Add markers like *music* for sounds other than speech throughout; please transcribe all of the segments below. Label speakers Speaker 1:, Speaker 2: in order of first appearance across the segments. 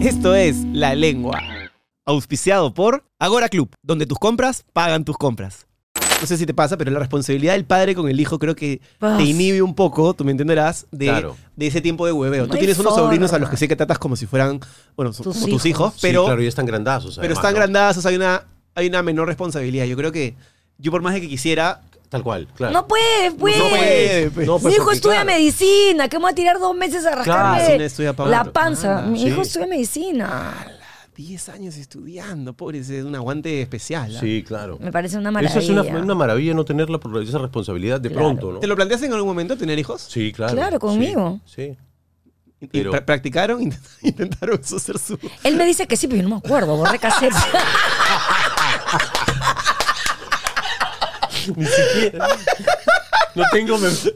Speaker 1: Esto es La Lengua. Auspiciado por Agora Club, donde tus compras pagan tus compras. No sé si te pasa, pero la responsabilidad del padre con el hijo creo que te inhibe un poco, tú me entenderás, de,
Speaker 2: Claro.
Speaker 1: de ese tiempo de hueveo.
Speaker 3: No
Speaker 1: tú
Speaker 3: hay
Speaker 1: tienes unos
Speaker 3: forma.
Speaker 1: sobrinos a los que sé que tratas como si fueran, bueno, son
Speaker 3: Tus
Speaker 1: como tus hijos,
Speaker 3: hijos.
Speaker 1: pero,
Speaker 2: sí, claro, ya están grandazos.
Speaker 1: pero
Speaker 2: además,
Speaker 1: están
Speaker 2: ¿no?
Speaker 1: grandazos, hay una, hay una menor responsabilidad. Yo creo que yo por más de que quisiera,
Speaker 2: Tal cual, claro.
Speaker 3: No puede, pues.
Speaker 1: No puede, pues.
Speaker 2: No,
Speaker 3: mi
Speaker 2: pues,
Speaker 3: hijo
Speaker 2: porque,
Speaker 3: estudia
Speaker 2: claro,
Speaker 3: medicina, que me voy a tirar dos meses a rascarme
Speaker 1: si no estudia pa'
Speaker 3: la
Speaker 1: otro.
Speaker 3: panza.
Speaker 1: Ah,
Speaker 3: mi
Speaker 2: sí.
Speaker 3: hijo estudia medicina.
Speaker 1: 10 años estudiando, pobre, ese es un aguante especial. ¿ah?
Speaker 2: Sí, claro.
Speaker 3: Me parece una maravilla.
Speaker 2: Eso es una, una maravilla no tener la, pro- esa responsabilidad de
Speaker 3: Claro.
Speaker 2: pronto, ¿no?
Speaker 1: ¿Te lo planteaste en algún momento tener hijos?
Speaker 2: Sí, claro.
Speaker 3: Claro,
Speaker 2: sí,
Speaker 3: conmigo.
Speaker 2: Sí.
Speaker 1: ¿Y
Speaker 2: Pero-
Speaker 1: pra- ¿Practicaron? *laughs* Intent- ¿Intentaron eso ser su...?
Speaker 3: Él me dice que sí, pero yo no me acuerdo. Borré
Speaker 2: *laughs*
Speaker 3: cassette.
Speaker 2: Ni siquiera. No tengo. mem-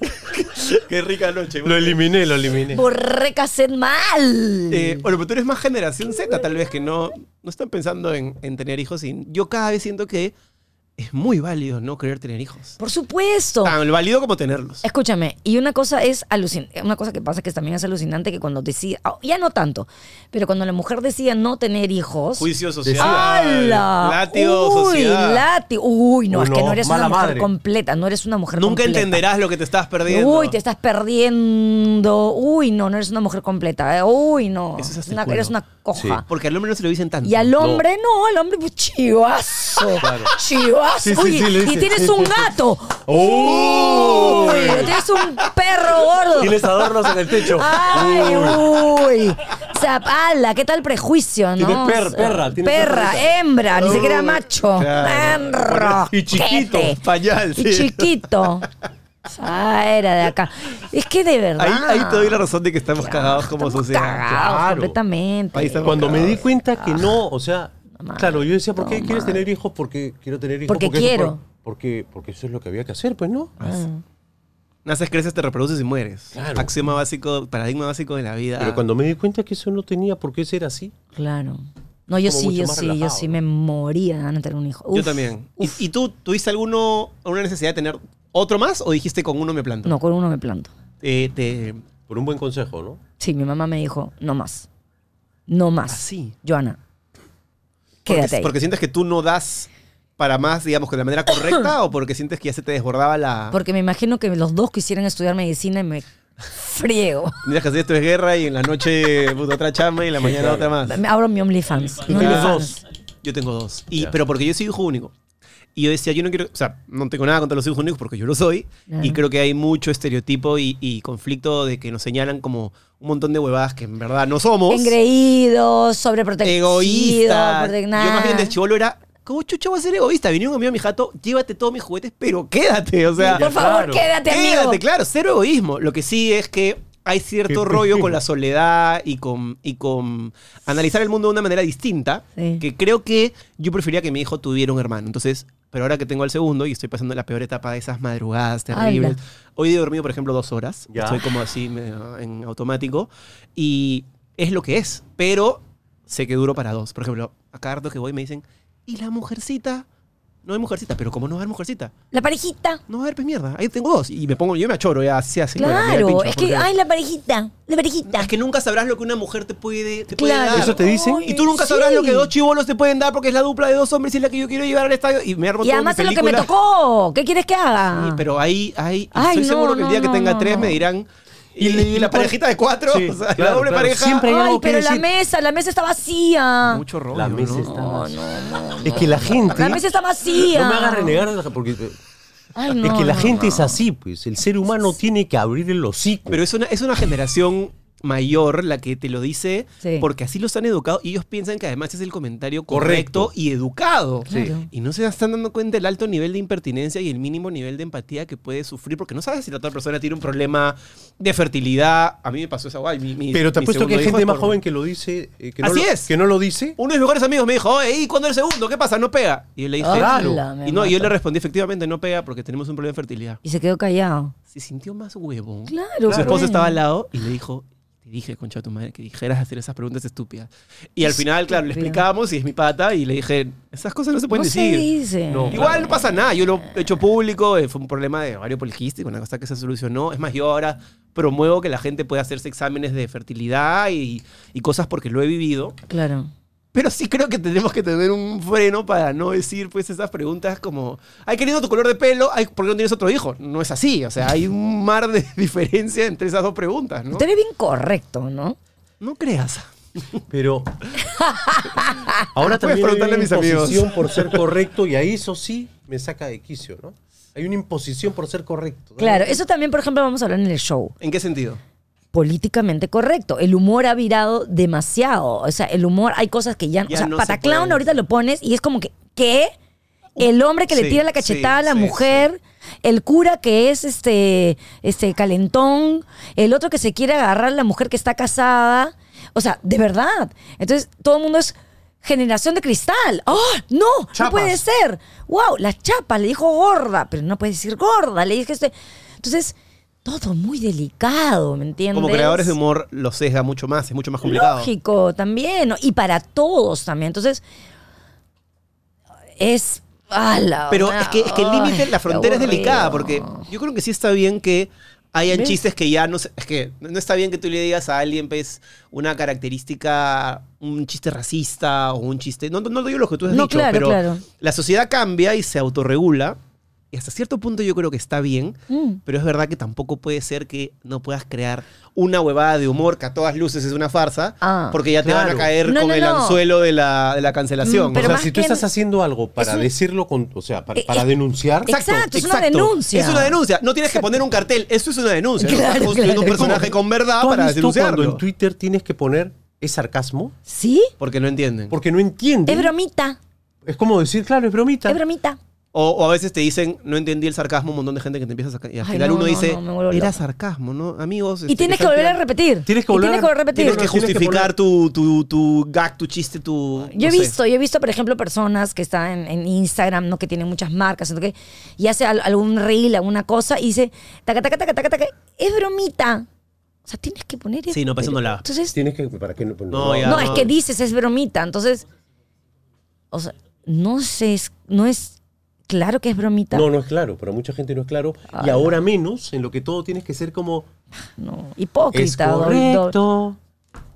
Speaker 1: Qué rica noche.
Speaker 2: *laughs* Lo eliminé, lo eliminé.
Speaker 3: borré cassette mal.
Speaker 1: Eh, bueno, pero tú eres más generación Z, tal vez, que no, no están pensando en, en tener hijos. Y yo cada vez siento que es muy válido no querer tener hijos.
Speaker 3: Por supuesto.
Speaker 1: Tan válido como tenerlos.
Speaker 3: Escúchame, y una cosa es alucinante, una cosa que pasa que también es alucinante que cuando decía, ah, ya no tanto, pero cuando la mujer decía no tener hijos,
Speaker 1: Juicio
Speaker 2: social.
Speaker 3: ¡Hala!
Speaker 1: Látigo,
Speaker 3: Uy,
Speaker 1: sociedad.
Speaker 3: látigo. Uy, no,
Speaker 2: Uy,
Speaker 3: es que
Speaker 2: no,
Speaker 3: no eres una
Speaker 2: mala
Speaker 3: mujer
Speaker 2: madre.
Speaker 3: completa, no eres una mujer
Speaker 1: Nunca
Speaker 3: completa.
Speaker 1: entenderás lo que te estás perdiendo.
Speaker 3: Uy, te estás perdiendo. Uy, no, no eres una mujer completa. eh. Uy, no.
Speaker 1: Eso es hasta el
Speaker 3: Una-
Speaker 1: culo.
Speaker 3: eres una coja.
Speaker 1: Porque al hombre no se lo dicen tanto.
Speaker 3: Y al hombre no, al hombre pues chivazo. Chivazo.
Speaker 2: Sí, sí,
Speaker 3: Oye,
Speaker 2: sí, le
Speaker 3: y
Speaker 2: dice.
Speaker 3: tienes un
Speaker 2: *laughs*
Speaker 3: gato.
Speaker 2: ¡Uy!
Speaker 3: Uy, tienes un perro gordo.
Speaker 2: Tienes adornos en el techo.
Speaker 3: Ay, uy. Zapala, ¿qué tal prejuicio, no?
Speaker 2: Tiene per- perra, tiene
Speaker 3: perra,
Speaker 2: perrita.
Speaker 3: hembra, ni siquiera macho.
Speaker 1: claro.
Speaker 3: Perro.
Speaker 2: Y chiquito,
Speaker 3: Quete.
Speaker 1: pañal,
Speaker 3: Y
Speaker 1: sí.
Speaker 3: chiquito. Ah, era de acá. Es que de verdad.
Speaker 1: Ahí, ahí te doy la razón de que estamos cagados como
Speaker 3: Estamos
Speaker 1: sociedad.
Speaker 3: cagados
Speaker 2: claro.
Speaker 3: completamente.
Speaker 1: Ahí estamos
Speaker 2: Cuando me di cuenta que no, o sea,
Speaker 3: Mamá,
Speaker 2: claro, yo decía, ¿por qué
Speaker 3: Ah. no,
Speaker 2: quieres
Speaker 3: madre.
Speaker 2: tener hijos? Porque quiero tener hijos.
Speaker 3: Porque
Speaker 2: eso-
Speaker 3: quiero. Ah.
Speaker 2: Porque, porque eso es lo que había que hacer, pues, ¿no?
Speaker 1: Naces, creces, te reproduces y mueres.
Speaker 2: Claro.
Speaker 1: Axioma básico, paradigma básico de la vida.
Speaker 2: Pero cuando me di cuenta que eso no tenía por qué ser así.
Speaker 3: Claro. No, yo
Speaker 2: Como
Speaker 3: sí,
Speaker 2: mucho
Speaker 3: yo
Speaker 2: más
Speaker 3: sí, yo
Speaker 2: relajado,
Speaker 3: sí
Speaker 2: ¿no?
Speaker 3: me moría de ganas de tener un hijo.
Speaker 1: Yo
Speaker 3: Uf,
Speaker 1: también. ¿Y,
Speaker 3: uf.
Speaker 1: y tú tuviste alguno, alguna necesidad de tener otro más o dijiste con uno me planto?
Speaker 3: No, con uno me planto.
Speaker 1: Eh, te-
Speaker 2: Por un buen consejo, ¿no?
Speaker 3: Sí, mi mamá me dijo, no más. No más.
Speaker 1: Ah, sí.
Speaker 3: Joana,
Speaker 1: porque,
Speaker 3: quédate ahí.
Speaker 1: porque sientes que tú no das para más, digamos, que de la manera
Speaker 3: *coughs*
Speaker 1: correcta o porque sientes que ya se te desbordaba la...
Speaker 3: Porque me imagino que los dos quisieran estudiar medicina y me
Speaker 1: *laughs*
Speaker 3: friego.
Speaker 1: Tendrías que hacer esto es guerra y en la noche puta, otra chamba y en la mañana otra más.
Speaker 3: Abro mi OnlyFans. Mi
Speaker 2: tienes
Speaker 3: OnlyFans.
Speaker 1: Yo tengo dos. Y,
Speaker 2: Ya.
Speaker 1: Pero porque yo soy hijo único. Y yo decía, yo no quiero, o sea, no tengo nada contra los hijos únicos porque yo lo soy.
Speaker 3: Claro.
Speaker 1: Y creo que hay mucho estereotipo y, y conflicto de que nos señalan como un montón de huevadas que en verdad no somos.
Speaker 3: Engreídos, sobreprotegidos.
Speaker 1: egoísta.
Speaker 3: protec-
Speaker 1: Yo
Speaker 3: nah.
Speaker 1: más bien de chivolo era, ¿cómo chucha voy a ser egoísta? Venía un amigo a mi jato, llévate todos mis juguetes, pero quédate. O sea,
Speaker 3: Por favor,
Speaker 2: claro.
Speaker 3: quédate, amigo.
Speaker 1: quédate, claro, cero egoísmo. Lo que sí es que hay cierto rollo con la soledad y con, y con analizar el mundo de una manera distinta,
Speaker 3: Sí.
Speaker 1: que creo que yo prefería que mi hijo tuviera un hermano. Entonces, pero ahora que tengo el segundo y estoy pasando la peor etapa de esas madrugadas terribles.
Speaker 3: Ala.
Speaker 1: Hoy he dormido, por ejemplo, dos horas.
Speaker 2: Ya.
Speaker 1: Estoy como así medio en automático. Y es lo que es. Pero sé que duro para dos. Por ejemplo, a cada rato que voy me dicen, ¿y la mujercita? No hay mujercita, pero ¿cómo no va a haber mujercita?
Speaker 3: La parejita.
Speaker 1: No va a haber pues mierda. Ahí tengo dos. Y me pongo, yo me achoro, ya se hace. bueno, mira el
Speaker 3: Claro,
Speaker 1: pincho,
Speaker 3: es
Speaker 1: porque-
Speaker 3: que, ay, la parejita, la parejita.
Speaker 1: es que nunca sabrás lo que una mujer te puede, te puede
Speaker 3: claro.
Speaker 1: dar.
Speaker 2: Eso te dicen.
Speaker 3: Ay,
Speaker 1: Y tú nunca sabrás
Speaker 3: sí.
Speaker 1: lo que dos chivolos te pueden dar porque es la dupla de dos hombres y es la que yo quiero llevar al estadio. Y me armo
Speaker 3: Y
Speaker 1: toda mi
Speaker 3: además es lo que me
Speaker 1: película.
Speaker 3: tocó. ¿Qué quieres que haga?
Speaker 1: Sí, pero ahí, ahí, y
Speaker 3: Ay,
Speaker 1: estoy
Speaker 3: no,
Speaker 1: seguro que el día
Speaker 3: no,
Speaker 1: que
Speaker 3: no,
Speaker 1: tenga
Speaker 3: no,
Speaker 1: tres
Speaker 3: no.
Speaker 1: me dirán. Y,
Speaker 2: Y-
Speaker 1: la
Speaker 2: y-
Speaker 1: parejita de cuatro, *laughs*
Speaker 2: Sí,
Speaker 1: o sea, la
Speaker 2: claro,
Speaker 1: doble
Speaker 2: claro.
Speaker 1: pareja.
Speaker 2: Siempre hay
Speaker 3: Ay,
Speaker 2: algo que
Speaker 3: pero la
Speaker 2: decir.
Speaker 3: mesa, la mesa está vacía.
Speaker 1: Ah, Mucho rollo.
Speaker 2: La mesa
Speaker 1: ¿no?
Speaker 2: está
Speaker 3: No,
Speaker 2: vacía.
Speaker 3: no, no.
Speaker 2: Es que la gente.
Speaker 3: La mesa está vacía.
Speaker 2: No me hagas renegar de la- porque
Speaker 3: Ay, no,
Speaker 2: es que la
Speaker 3: no,
Speaker 2: gente
Speaker 3: no.
Speaker 2: es así, pues. El ser humano tiene que abrir el hocico.
Speaker 1: Pero es una, es una generación mayor la que te lo dice
Speaker 3: Sí.
Speaker 1: porque así los han educado y ellos piensan que además es el comentario correcto,
Speaker 2: Correcto.
Speaker 1: y educado.
Speaker 3: Claro.
Speaker 1: Y no se están dando cuenta del alto nivel de impertinencia y el mínimo nivel de empatía que puede sufrir porque no sabes si la otra persona tiene un problema de fertilidad. A mí me pasó esa guay. mi- mi-
Speaker 2: Pero te
Speaker 1: mi
Speaker 2: apuesto que
Speaker 1: segundo
Speaker 2: hay
Speaker 1: hijo
Speaker 2: gente
Speaker 1: es
Speaker 2: más
Speaker 1: por-
Speaker 2: joven que lo dice. eh, que no
Speaker 1: Así
Speaker 2: lo-
Speaker 1: es.
Speaker 2: Que no lo dice.
Speaker 1: Uno de mis mejores amigos me dijo, oye, ¿y cuándo el segundo? ¿Qué pasa? ¿No pega? Y yo le dije,
Speaker 3: Claro. Ala, me
Speaker 1: Y no, y yo
Speaker 3: mato.
Speaker 1: le respondí, efectivamente, no pega porque tenemos un problema de fertilidad.
Speaker 3: Y se quedó callado.
Speaker 1: Se sintió más huevón.
Speaker 3: Claro,
Speaker 1: Su
Speaker 3: pues.
Speaker 1: esposa estaba al lado y le dijo, Te dije, concha de tu madre, que dijeras hacer esas preguntas estúpidas. Y al final, claro, le
Speaker 3: Estúpido.
Speaker 1: explicábamos y es mi pata y le dije, esas cosas no se pueden
Speaker 3: No se
Speaker 1: decir.
Speaker 3: dicen.
Speaker 2: No,
Speaker 1: Igual no pasa nada, yo lo he hecho público, eh, fue un problema de ovario poliquístico, una cosa que se solucionó. Es más, yo ahora promuevo que la gente pueda hacerse exámenes de fertilidad y, y cosas porque lo he vivido.
Speaker 3: Claro.
Speaker 1: Pero sí creo que tenemos que tener un freno para no decir pues esas preguntas como, ay, querido tu color de pelo, ay, ¿por qué no tienes otro hijo? No es así, o sea, hay un mar de *laughs* diferencia entre esas dos preguntas, ¿no?
Speaker 3: Usted es bien correcto, ¿no?
Speaker 1: No creas. *laughs*
Speaker 2: Pero ahora
Speaker 1: Puedes
Speaker 2: también hay
Speaker 1: preguntarle
Speaker 2: una
Speaker 1: a mis amigos.
Speaker 2: imposición por ser correcto y ahí eso sí me saca de quicio, ¿no? Hay una imposición por ser correcto. ¿no?
Speaker 3: Claro, eso también, por ejemplo, vamos a hablar en el show.
Speaker 1: ¿En qué sentido?
Speaker 3: Políticamente correcto. El humor ha virado demasiado. O sea, el humor, hay cosas que ya.
Speaker 1: Ya
Speaker 3: o sea,
Speaker 1: no se
Speaker 3: pataclown
Speaker 1: puede.
Speaker 3: ahorita lo pones y es como que, ¿qué? El hombre que le
Speaker 1: Sí,
Speaker 3: tira la cachetada a la
Speaker 1: sí, sí,
Speaker 3: mujer, el cura que es este, este calentón, el otro que se quiere agarrar a la mujer que está casada. O sea, de verdad. Entonces, todo el mundo es generación de cristal. ¡Oh, no! No
Speaker 1: Chapas.
Speaker 3: puede ser. ¡Wow! La chapa le dijo gorda, pero no puede decir gorda. Le dije este. Entonces, todo muy delicado, ¿me entiendes?
Speaker 1: Como creadores de humor lo sesga mucho más, es mucho más complicado.
Speaker 3: Lógico, también. ¿no? Y para todos también. Entonces, es. ala,
Speaker 1: Pero
Speaker 3: una-
Speaker 1: es que, es que el
Speaker 3: Ah, ay,
Speaker 1: límite, la
Speaker 3: qué
Speaker 1: frontera es delicada,
Speaker 3: aburrido.
Speaker 1: porque yo creo que sí está bien que hayan
Speaker 3: ¿Ves?
Speaker 1: chistes que ya no se- Es que no está bien que tú le digas a alguien, pues, una característica, un chiste racista o un chiste. No, no digo lo que tú has
Speaker 3: No,
Speaker 1: dicho,
Speaker 3: claro,
Speaker 1: pero
Speaker 3: claro.
Speaker 1: la sociedad cambia y se autorregula. Y hasta cierto punto yo creo que está bien,
Speaker 3: Mm.
Speaker 1: pero es verdad que tampoco puede ser que no puedas crear una huevada de humor que a todas luces es una farsa,
Speaker 3: Ah,
Speaker 1: porque ya te van
Speaker 2: claro.
Speaker 1: a caer
Speaker 3: No,
Speaker 1: con
Speaker 3: no,
Speaker 1: el
Speaker 3: no.
Speaker 1: anzuelo de la, de la cancelación. ¿no?
Speaker 3: Mm,
Speaker 2: O
Speaker 3: pero
Speaker 2: sea,
Speaker 3: más
Speaker 2: si tú
Speaker 3: que-
Speaker 2: estás haciendo algo para
Speaker 3: es un-
Speaker 2: decirlo con, o sea, para,
Speaker 3: Eh,
Speaker 2: para
Speaker 3: eh,
Speaker 2: denunciar,
Speaker 3: eh, Exacto, es una denuncia.
Speaker 1: Es una denuncia. No tienes que poner un cartel. Eso es una denuncia. ¿no?
Speaker 3: Claro,
Speaker 1: Estás construyendo
Speaker 3: claro.
Speaker 1: un personaje con verdad
Speaker 2: ¿tú has
Speaker 1: Ah, para
Speaker 2: visto
Speaker 1: denunciarlo.
Speaker 2: cuando en Twitter tienes que poner es sarcasmo
Speaker 3: ¿Sí?
Speaker 1: Porque no entienden.
Speaker 2: porque no entiendes.
Speaker 3: Es bromita.
Speaker 2: Es como decir, claro, es bromita.
Speaker 3: Es bromita.
Speaker 1: O, o a veces te dicen, no entendí el sarcasmo, un montón de gente que te empieza a sacar. Y al
Speaker 3: Ay,
Speaker 1: final
Speaker 3: no,
Speaker 1: uno
Speaker 3: no,
Speaker 1: dice,
Speaker 3: no, me vuelvo
Speaker 1: era
Speaker 3: loca".
Speaker 1: sarcasmo, ¿no? Amigos. este,
Speaker 3: Y tienes que volver a repetir.
Speaker 2: Tienes
Speaker 3: Y
Speaker 2: que volver
Speaker 3: tienes
Speaker 2: a-
Speaker 3: que volver a repetir.
Speaker 1: Tienes que
Speaker 2: tienes que
Speaker 1: justificar
Speaker 2: poner-
Speaker 1: tu, tu, tu gag, tu chiste, tu.
Speaker 3: Yo
Speaker 1: no
Speaker 3: he
Speaker 1: sé.
Speaker 3: visto, yo he visto, por ejemplo, personas que están en, en Instagram, ¿no? Que tienen muchas marcas, ¿no? que- y hace al- algún reel, alguna cosa, y dice, taca, taca, taca, taca, taca, es bromita. O sea, tienes que poner
Speaker 1: Sí, no, pero eso no la-
Speaker 3: Entonces,
Speaker 2: Tienes que para que no
Speaker 1: No, ya.
Speaker 3: no, es que dices, es bromita. Entonces, o sea, no sé, es- no es claro que es bromita.
Speaker 2: No, no es claro, para mucha gente no es claro. y ahora menos, en lo que todo tienes que ser como
Speaker 3: No,
Speaker 2: es
Speaker 3: hipócrita. do- do-
Speaker 2: correcto.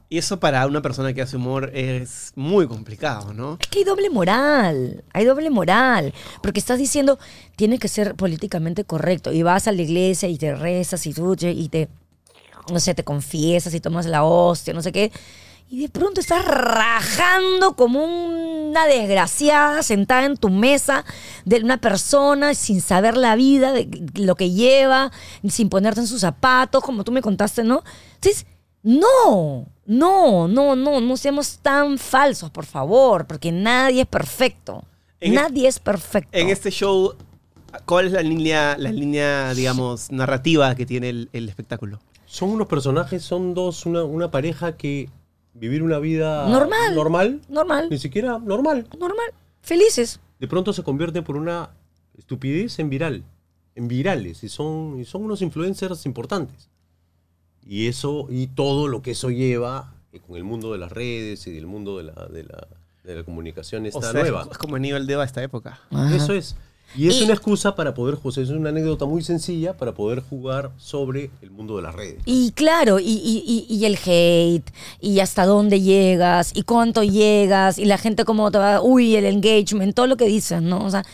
Speaker 1: Y eso para una persona que hace humor es muy complicado, ¿no?
Speaker 3: Es que hay doble moral, hay doble moral, porque estás diciendo, tiene que ser políticamente correcto, y vas a la iglesia y te rezas y tú, y te, no sé, te confiesas y tomas la hostia, no sé qué, y de pronto estás rajando como una desgraciada sentada en tu mesa de una persona sin saber la vida, de lo que lleva, sin ponerte en sus zapatos, como tú me contaste, ¿no? Entonces, no, no, no, no, no seamos tan falsos, por favor, porque nadie es perfecto.
Speaker 1: En es-
Speaker 3: nadie es perfecto.
Speaker 1: En este show, ¿cuál es la línea, la línea, digamos, narrativa que tiene el- el espectáculo?
Speaker 2: Son unos personajes, son dos, una, una pareja que vivir una vida
Speaker 3: Normal.
Speaker 2: normal,
Speaker 3: normal,
Speaker 2: ni siquiera normal,
Speaker 3: normal, felices.
Speaker 2: de pronto se convierte por una estupidez en viral, en virales, y son, y son unos influencers importantes. Y eso, y todo lo que eso lleva eh, con el mundo de las redes y del mundo de la, de la, de la comunicación esta
Speaker 1: O sea, es-
Speaker 2: nueva.
Speaker 1: Es, como Aníbal Deva a esta época.
Speaker 2: Eso es. Y es
Speaker 3: Y-
Speaker 2: una excusa para poder jugar, es una anécdota muy sencilla para poder jugar sobre el mundo de las redes.
Speaker 3: Y claro, y, y- y- y el hate, y hasta dónde llegas, y cuánto llegas, y la gente cómo te va, uy, el engagement, todo lo que dices, ¿no? O sea,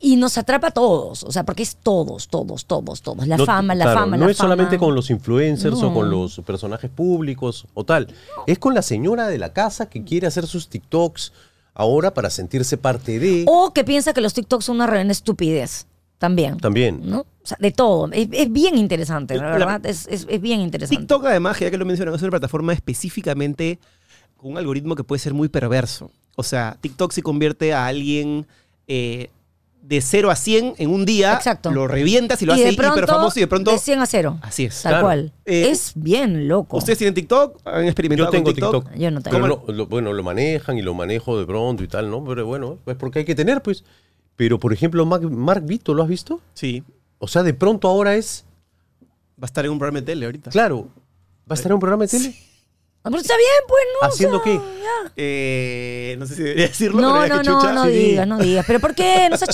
Speaker 3: y nos atrapa a todos, o sea, porque es todos, todos, todos, todos. La
Speaker 2: No-
Speaker 3: fama, la
Speaker 2: claro,
Speaker 3: fama,
Speaker 2: No
Speaker 3: la
Speaker 2: es
Speaker 3: fama.
Speaker 2: solamente con los influencers
Speaker 3: No.
Speaker 2: o con los personajes públicos o tal. Es con la señora de la casa que quiere hacer sus TikToks ahora para sentirse parte de.
Speaker 3: O que piensa que los TikToks son una reverenda estupidez, también.
Speaker 2: También.
Speaker 3: ¿No? O sea, de todo. Es, es bien interesante, la
Speaker 1: La-
Speaker 3: verdad. Es, es- es bien interesante.
Speaker 1: TikTok, además, ya que lo mencionamos, es una plataforma específicamente con un algoritmo que puede ser muy perverso. O sea, TikTok se convierte a alguien eh, de 0 a 100 en un día.
Speaker 3: Exacto.
Speaker 1: Lo revientas y lo
Speaker 3: y
Speaker 1: hace
Speaker 3: de
Speaker 1: hiper
Speaker 3: pronto,
Speaker 1: famoso y de pronto.
Speaker 3: de 100 a 0.
Speaker 1: Así es.
Speaker 3: Tal
Speaker 2: Claro.
Speaker 3: cual.
Speaker 1: Eh,
Speaker 3: es bien loco.
Speaker 1: ¿Ustedes tienen TikTok? ¿Han experimentado
Speaker 2: Yo tengo
Speaker 1: con TikTok?
Speaker 2: TikTok.
Speaker 3: Yo no tengo.
Speaker 2: Pero no, lo- bueno, lo manejan y lo manejo de pronto y tal, ¿no? Pero bueno, pues porque hay que tener, pues. Pero, por ejemplo, Mac- Mark Vito, ¿lo has visto?
Speaker 1: Sí.
Speaker 2: O sea, de pronto ahora es
Speaker 1: Va a estar en un programa de tele ahorita.
Speaker 2: Claro. ¿Va a estar en un programa de tele?
Speaker 3: Ah, pero está bien, pues no. o
Speaker 2: ¿Haciendo
Speaker 3: sea,
Speaker 2: qué?
Speaker 3: ya.
Speaker 1: Eh, no sé si debería decirlo,
Speaker 3: No,
Speaker 1: pero ya
Speaker 3: no,
Speaker 1: que
Speaker 3: no,
Speaker 1: chucha.
Speaker 3: no
Speaker 2: sí.
Speaker 3: digas, no digas. ¿Pero por qué? No seas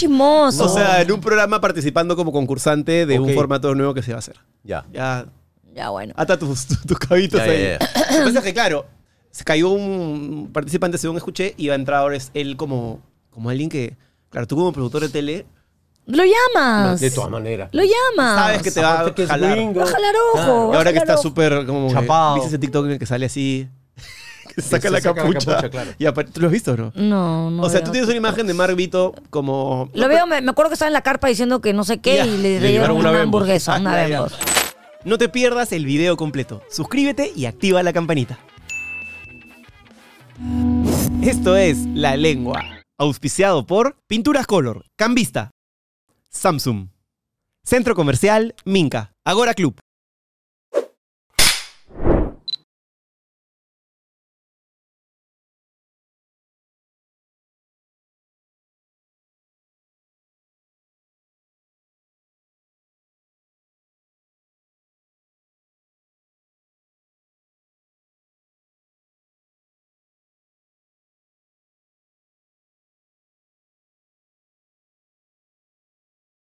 Speaker 1: *laughs*
Speaker 3: chismoso.
Speaker 1: O sea, en un programa participando como concursante de
Speaker 2: Ok.
Speaker 1: un formato nuevo que se va a hacer.
Speaker 2: Ya.
Speaker 1: Ya,
Speaker 3: Ya, bueno.
Speaker 1: ata tus, *laughs* tus, tus cabitos
Speaker 2: Ya, ya,
Speaker 1: ahí.
Speaker 2: ya.
Speaker 1: *coughs* Lo que pasa es que, claro, se cayó un participante, según escuché, y va a entrar ahora es él como, como alguien que, claro, tú como productor de tele,
Speaker 3: Lo llamas.
Speaker 2: De todas maneras.
Speaker 3: Ah, Lo llamas.
Speaker 1: Sabes que te va
Speaker 2: Ah, Aparte
Speaker 1: a
Speaker 2: que es
Speaker 1: jalar.
Speaker 2: gringo.
Speaker 3: Va a jalar ojo.
Speaker 2: Claro.
Speaker 1: y ahora que está
Speaker 3: claro.
Speaker 1: súper como... que-
Speaker 2: Chapao.
Speaker 1: ¿Viste ese TikTok en el que sale así? *laughs* que
Speaker 2: Sí,
Speaker 1: saca,
Speaker 2: se
Speaker 1: la,
Speaker 2: saca la
Speaker 1: capucha.
Speaker 2: capucha, claro.
Speaker 1: Y apare- ¿Tú lo has visto o no?
Speaker 3: No, no.
Speaker 1: o sea,
Speaker 3: veo.
Speaker 1: tú tienes una imagen de Mark Vito como...
Speaker 3: Lo veo, me, me acuerdo que estaba en la carpa diciendo que no sé qué
Speaker 1: Ya.
Speaker 3: y
Speaker 2: Le
Speaker 3: le dieron
Speaker 2: llevaron una
Speaker 3: una,
Speaker 2: Bembo.
Speaker 3: hamburguesa, una
Speaker 1: Ah, Ya, ya.
Speaker 3: Bembo.
Speaker 1: No te pierdas el video completo. Suscríbete y activa la campanita. Esto es La Lengua, auspiciado por Pinturas Color, Cambista, Samsung, Centro Comercial Minca, Agora Club,